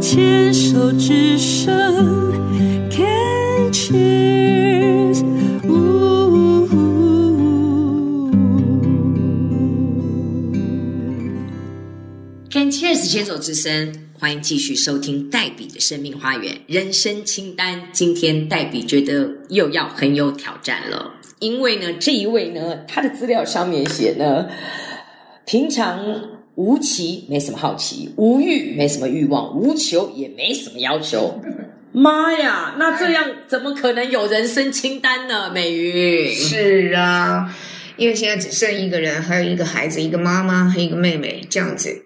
牵手之声，Can Cheers。 Can Cheers 牵手之声，欢迎继续收听黛比的生命花园人生清单。今天黛比觉得又要很有挑战了，因为呢，这一位呢，他的资料上面写呢，平常无奇没什么好奇，无欲没什么欲望，无求也没什么要求。妈呀，那这样怎么可能有人生清单呢？美云是啊，因为现在只剩一个人，还有一个孩子，一个妈妈，还有一个妹妹，这样子，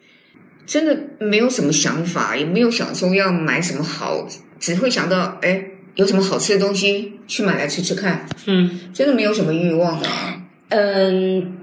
真的没有什么想法，也没有想说要买什么好，只会想到哎，有什么好吃的东西去买来吃吃看，嗯，真的没有什么欲望啊。嗯，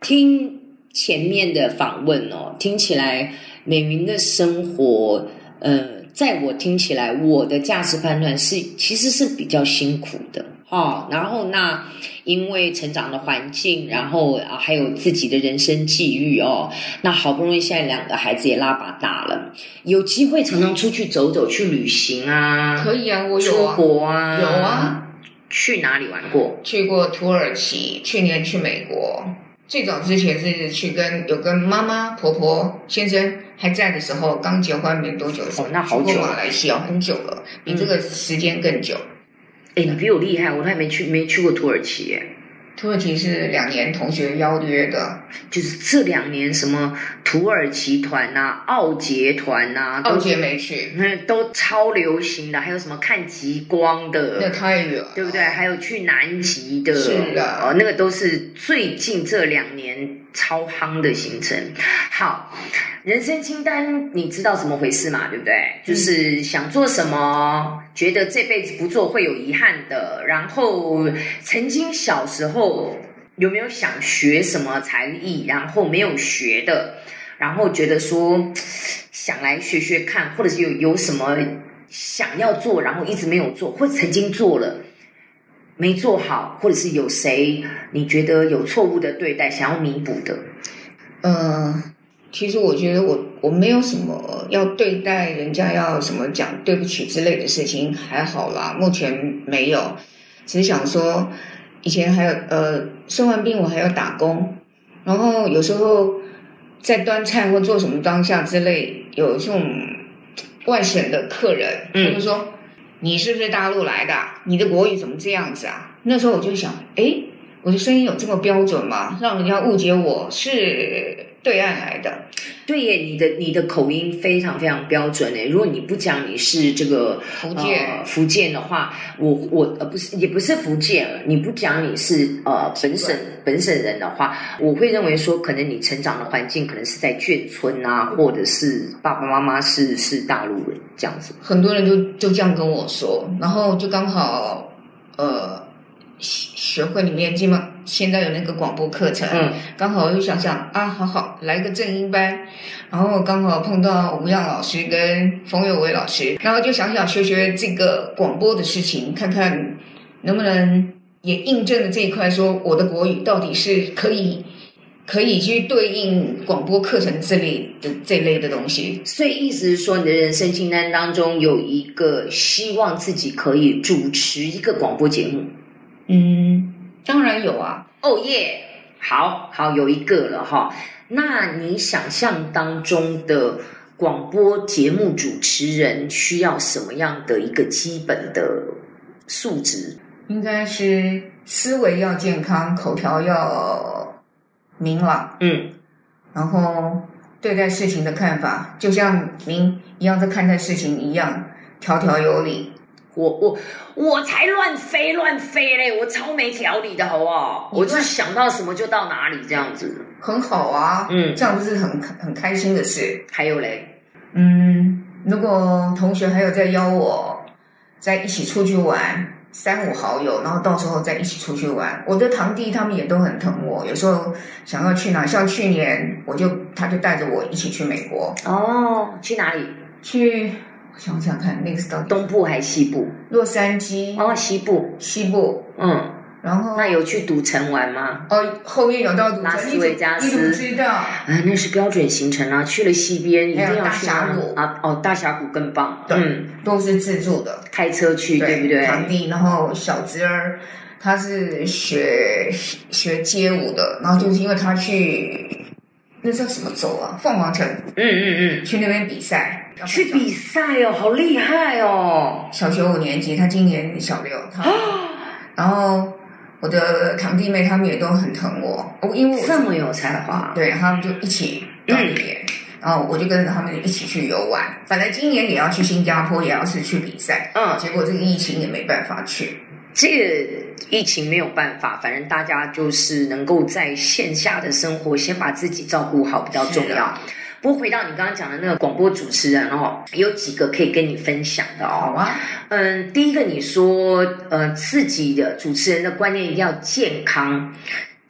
听前面的访问哦，听起来美云的生活，呃，在我听起来，我的价值判断是其实是比较辛苦的哦。然后那因为成长的环境，然后啊还有自己的人生际遇哦，那好不容易现在两个孩子也拉拔大了，有机会常常出去走走，去旅行啊，可以啊，我有出啊，国啊，有啊，去哪里玩过？去过土耳其，去年去美国，最早之前是去跟有跟妈妈、婆婆、先生还在的时候，刚结婚没多久，哦那好久去过马来西亚很久了，比这个时间更久。哎，你比我厉害，我都还没去没去过土耳其耶。土耳其是两年同学邀约的，就是这两年什么土耳其团呐、奥捷团呐、奥都杰没去，嗯 都超流行的，还有什么看极光那的，太远了，对不对？？还有去南极的，啊是的哦，那个都是最近这两年超夯的行程。好，人生清单你知道怎么回事嘛？对不对？嗯就是想做什么，觉得这辈子不做会有遗憾的，然后曾经小时候有没有想学什么才艺，然后没有学的，然后觉得说想来学学看，或者是有有什么想要做，然后一直没有做，或者曾经做了没做好，或者是有谁你觉得有错误的对待，想要弥补的，呃，其实我觉得我我没有什么要对待人家要什么讲对不起之类的事情，还好啦，目前没有。只是想说，以前还有呃，生完病我还要打工，然后有时候在端菜或做什么当下之类，有这种外省的客人，嗯他就说：“你是不是大陆来的啊？你的国语怎么这样子啊？”那时候我就想，诶，我的声音有这么标准吗？让人家误解我是对岸来的。对耶，你的你的口音非常非常标准诶。如果你不讲你是这个福建呃、福建的话，我我呃不是也不是福建，你不讲你是呃本省本省人的话，我会认为说，可能你成长的环境可能是在眷村啊，或者是爸爸妈妈是是大陆人这样子。很多人就就这样跟我说，然后就刚好呃学学会里面基本现在有那个广播课程，嗯，刚好又想想啊，好好来个正音班，然后刚好碰到吴漾老师跟冯友伟老师，然后就想想学学这个广播的事情，看看能不能也印证了这一块，说我的国语到底是可以可以去对应广播课程这类的这类的东西。所以意思是说，你的人生清单当中有一个希望自己可以主持一个广播节目。嗯，当然有啊，哦耶，好好有一个了哈。那你想象当中的广播节目主持人需要什么样的一个基本的素质？应该是思维要健康，口条要明朗。嗯，然后对待事情的看法，就像您一样在看待事情一样，条条有理。我我我才乱飞乱飞嘞，我超没条理的好不好？我就是想到什么就到哪里这样子。很好啊，嗯这样不是很很开心的事。还有嘞，嗯，如果同学还有在邀我，在一起出去玩，三五好友，然后到时候再一起出去玩。我的堂弟他们也都很疼我，有时候想要去哪，像去年我就他就带着我一起去美国，哦，去哪里？去我想想看那个是到底东部还是西部？洛杉矶、哦，西部，西部，嗯，然后那有去赌城玩吗？哦，后面有到赌拉斯城，你维加怎你怎斯么知道？啊，那是标准行程啊，去了西边一定还有要大去峡那谷啊，哦，大峡谷更棒，对嗯，都是自助的，开车去对不对？堂弟，然后小侄儿他是学学街舞的，然后就是因为他去那叫什么州啊，凤凰城嗯嗯去那边比赛，嗯，去比赛哦，好厉害哦，小学五年级，他今年小六，他啊然后我的堂弟妹他们也都很疼我，我因为我是这么有才华，对他们就一起锻炼。嗯然后我就跟着他们一起去游玩，本来今年也要去新加坡，也要是去比赛，嗯，结果这个疫情也没办法去。这个疫情没有办法，反正大家就是能够在线下的生活，先把自己照顾好比较重是要啊。不过回到你刚刚讲的那个广播主持人哦，有几个可以跟你分享的好哦。啊，嗯，第一个你说，呃，自己的主持人的观念一定要健康，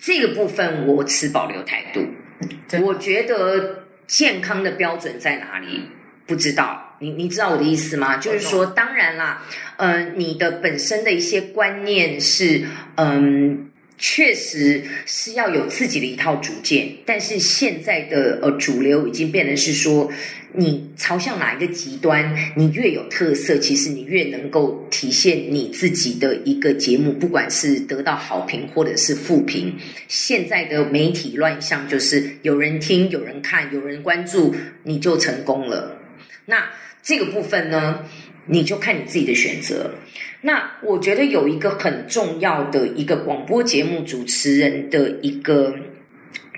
这个部分我持保留态度。嗯真的我觉得健康的标准在哪里？不知道，你你知道我的意思吗？就是说，当然啦，呃，你的本身的一些观念是，嗯、确实是要有自己的一套主见，但是现在的呃主流已经变得是说，你朝向哪一个极端，你越有特色，其实你越能够体现你自己的一个节目，不管是得到好评或者是负评。现在的媒体乱象就是有人听、有人看、有人关注，你就成功了。那这个部分呢，你就看你自己的选择。那我觉得有一个很重要的一个广播节目主持人的一个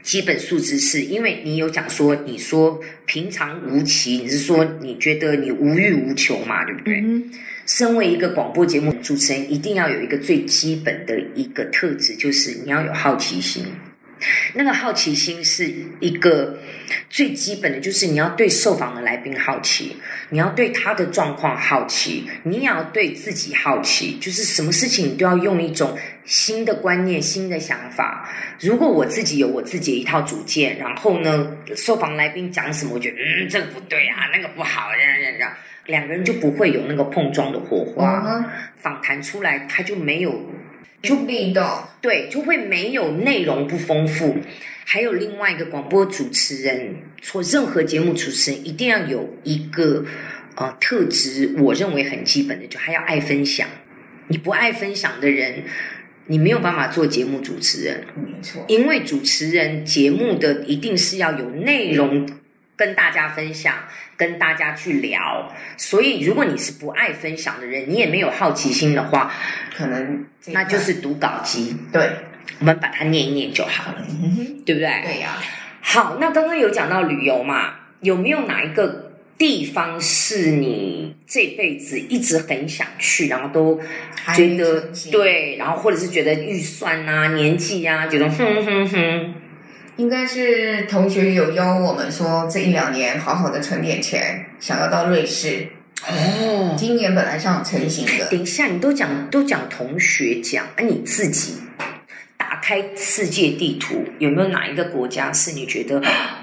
基本素质是，因为你有讲说，你说平常无奇，你是说你觉得你无欲无求嘛，对不嗯对？身为一个广播节目主持人，一定要有一个最基本的一个特质，就是你要有好奇心。那个好奇心是一个最基本的，就是你要对受访的来宾好奇，你要对他的状况好奇，你也要对自己好奇，就是什么事情你都要用一种新的观念、新的想法。如果我自己有我自己的一套主见，然后呢，受访来宾讲什么，我觉得嗯，这个不对啊，那个不好，这样这样这样，两个人就不会有那个碰撞的火花，嗯访谈出来他就没有就力道，对，就会没有内容不丰富。还有另外一个广播主持人，做任何节目主持人一定要有一个呃特质，我认为很基本的，就他要爱分享。你不爱分享的人，你没有办法做节目主持人。没错，因为主持人节目的一定是要有内容跟大家分享，跟大家去聊。所以，如果你是不爱分享的人，你也没有好奇心的话，可能这一那块就是读稿机，对，我们把它念一念就好了，嗯哼对不对？对呀、好，那刚刚有讲到旅游嘛，有没有哪一个地方是你这辈子一直很想去，然后都还觉没得成型对，然后或者是觉得预算啊、年纪啊，觉得哼哼哼，应该是同学有邀我们说这一两年好好的存点钱，想要到瑞士。哦，今年本来是想成型的，等一下，你都讲都讲同学讲，啊，你自己打开世界地图，有没有哪一个国家是你觉得，啊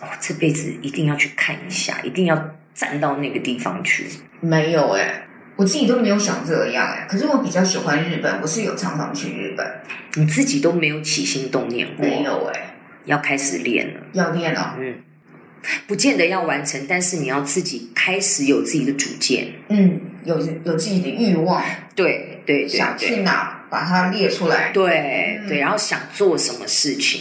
我、这辈子一定要去看一下，一定要站到那个地方去？没有哎、我自己都没有想这样哎、可是我比较喜欢日本，我是有常常去日本，你自己都没有起心动念过，没有哎、要开始练了，要练哦，嗯，不见得要完成，但是你要自己开始有自己的主见，嗯，有有自己的欲望，对对对想去对哪把它列出来。对嗯对，然后想做什么事情。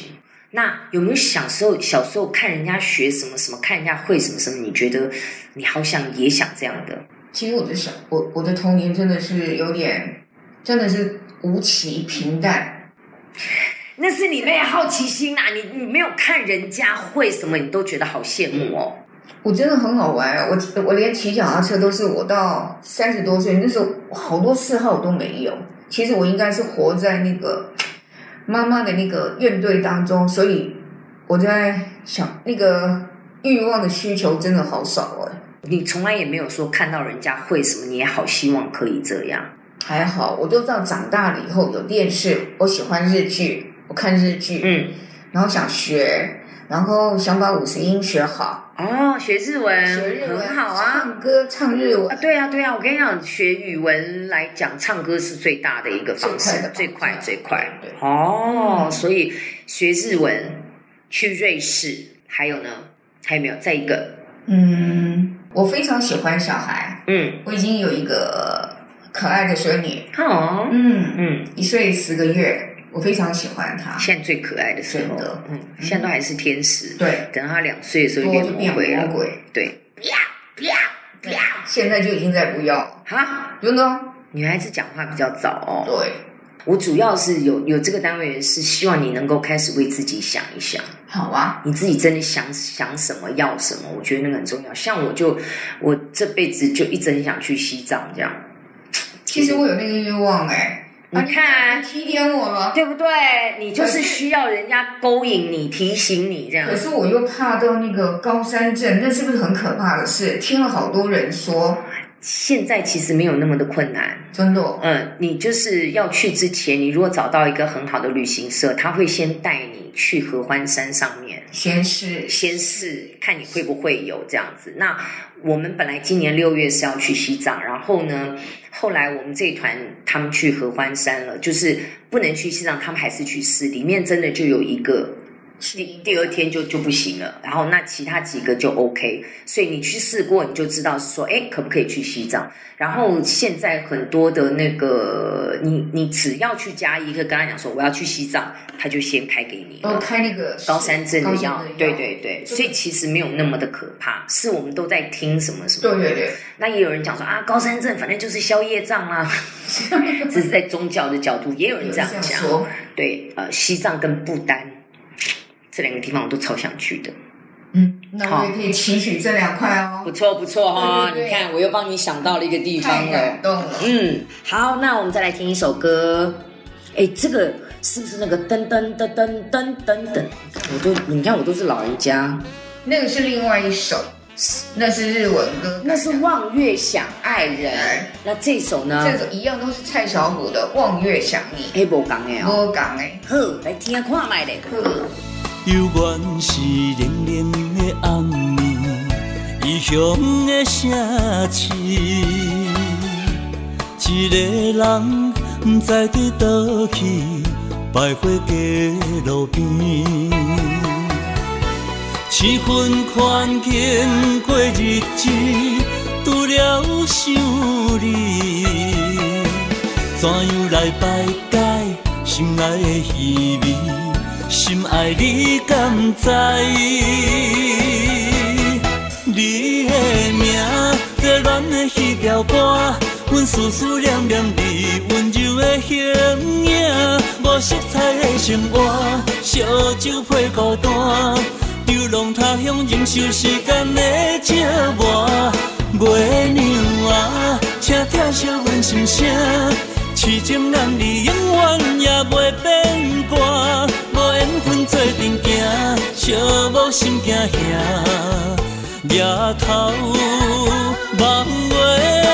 那有没有小时候小时候看人家学什么什么，看人家会什么什么，你觉得你好想也想这样的？其实我的小我我的童年真的是有点，真的是无奇平淡。那是你妹好奇心啊！你你没有看人家会什么，你都觉得好羡慕哦。我真的很好玩啊！我我连骑脚踏车都是我到三十多岁那时候，好多嗜好我都没有。其实我应该是活在那个妈妈的那个怨怼当中，所以我在想那个欲望的需求真的好少哎、你从来也没有说看到人家会什么，你也好希望可以这样。还好，我就到长大了以后有电视，我喜欢日剧，我看日剧，嗯，然后想学，然后想把五十音学好，哦，学日文学日文，很好啊。唱歌唱日文啊，，对啊，对啊，我跟你讲，学语文来讲，唱歌是最大的一个方式，最最快快的最方快式对。哦，嗯所以学日文去瑞士，还有呢，还有没有？再一个，嗯，我非常喜欢小孩，嗯，我已经有一个可爱的孙女，好，嗯，嗯，一岁十个月，我非常喜欢她。现在最可爱的时候真的，嗯，现在都还是天使，对，等到他两岁的时候我变就魔变鬼魔了，鬼，对，不要不要不要，现在就已经在不要了，哈，真的。女孩子讲话比较早哦，对，我主要是有有这个单元是希望你能够开始为自己想一想，好啊，你自己真的想想什么要什么，我觉得那个很重要。像我就我这辈子就一直很想去西藏，这样其实我有那个愿望哎、你看提点我了，对不对？你就是需要人家勾引你、提醒你这样可。是我又怕到那个高山症，那是不是很可怕的事？听了好多人说，现在其实没有那么的困难，真的哦，嗯，你就是要去之前，你如果找到一个很好的旅行社，他会先带你去合欢山上面。先是先试看你会不会有这样子。那我们本来今年六月是要去西藏，然后呢，后来我们这一团他们去合欢山了，就是不能去西藏，他们还是去试。里面真的就有一个。第第二天就就不行了，然后那其他几个就 OK，所以你去试过你就知道说，哎，可不可以去西藏？然后现在很多的那个，你你只要去加一个跟他讲说我要去西藏，他就先开给你了要开那个高山症的药高山症，对对对，所以其实没有那么的可怕，是我们都在听什么什么。对对对，那也有人讲说啊，高山症反正就是消业障 啊，只是在宗教的角度，也有人这样这样讲。说，对，呃，西藏跟不丹这两个地方我都超想去的。嗯，那我也可以期许这两块哦不，错不错哈、对对对你看我又帮你想到了一个地方太了感。动了，嗯，好，那我们再来听一首歌。哎，这个是不是那个噔噔噔噔噔噔噔？我都你看我都是老人家。那个是另外一首，那是日文歌，那是《望月想爱人》哎那这首呢？这种一样都是蔡小虎的《望月想你黑无讲的》，哦。我讲哎，好，来听下看卖咧。呵犹原是冷冷的暗暝，异乡的城市，一个人不知伫倒去，徘徊街路边。七分权紧过日子，除了想你。怎样来排解心内的虚味？心爱你敢知？你的名在咱的那条歌，阮思思念念你温柔的形影，无色彩的生活，烧酒配孤单，流浪他乡忍受时间的折磨。月娘啊，请疼惜阮心声，痴情男女永远也袂变卦，无缘分做阵行，寂寞心惊吓，抬头望月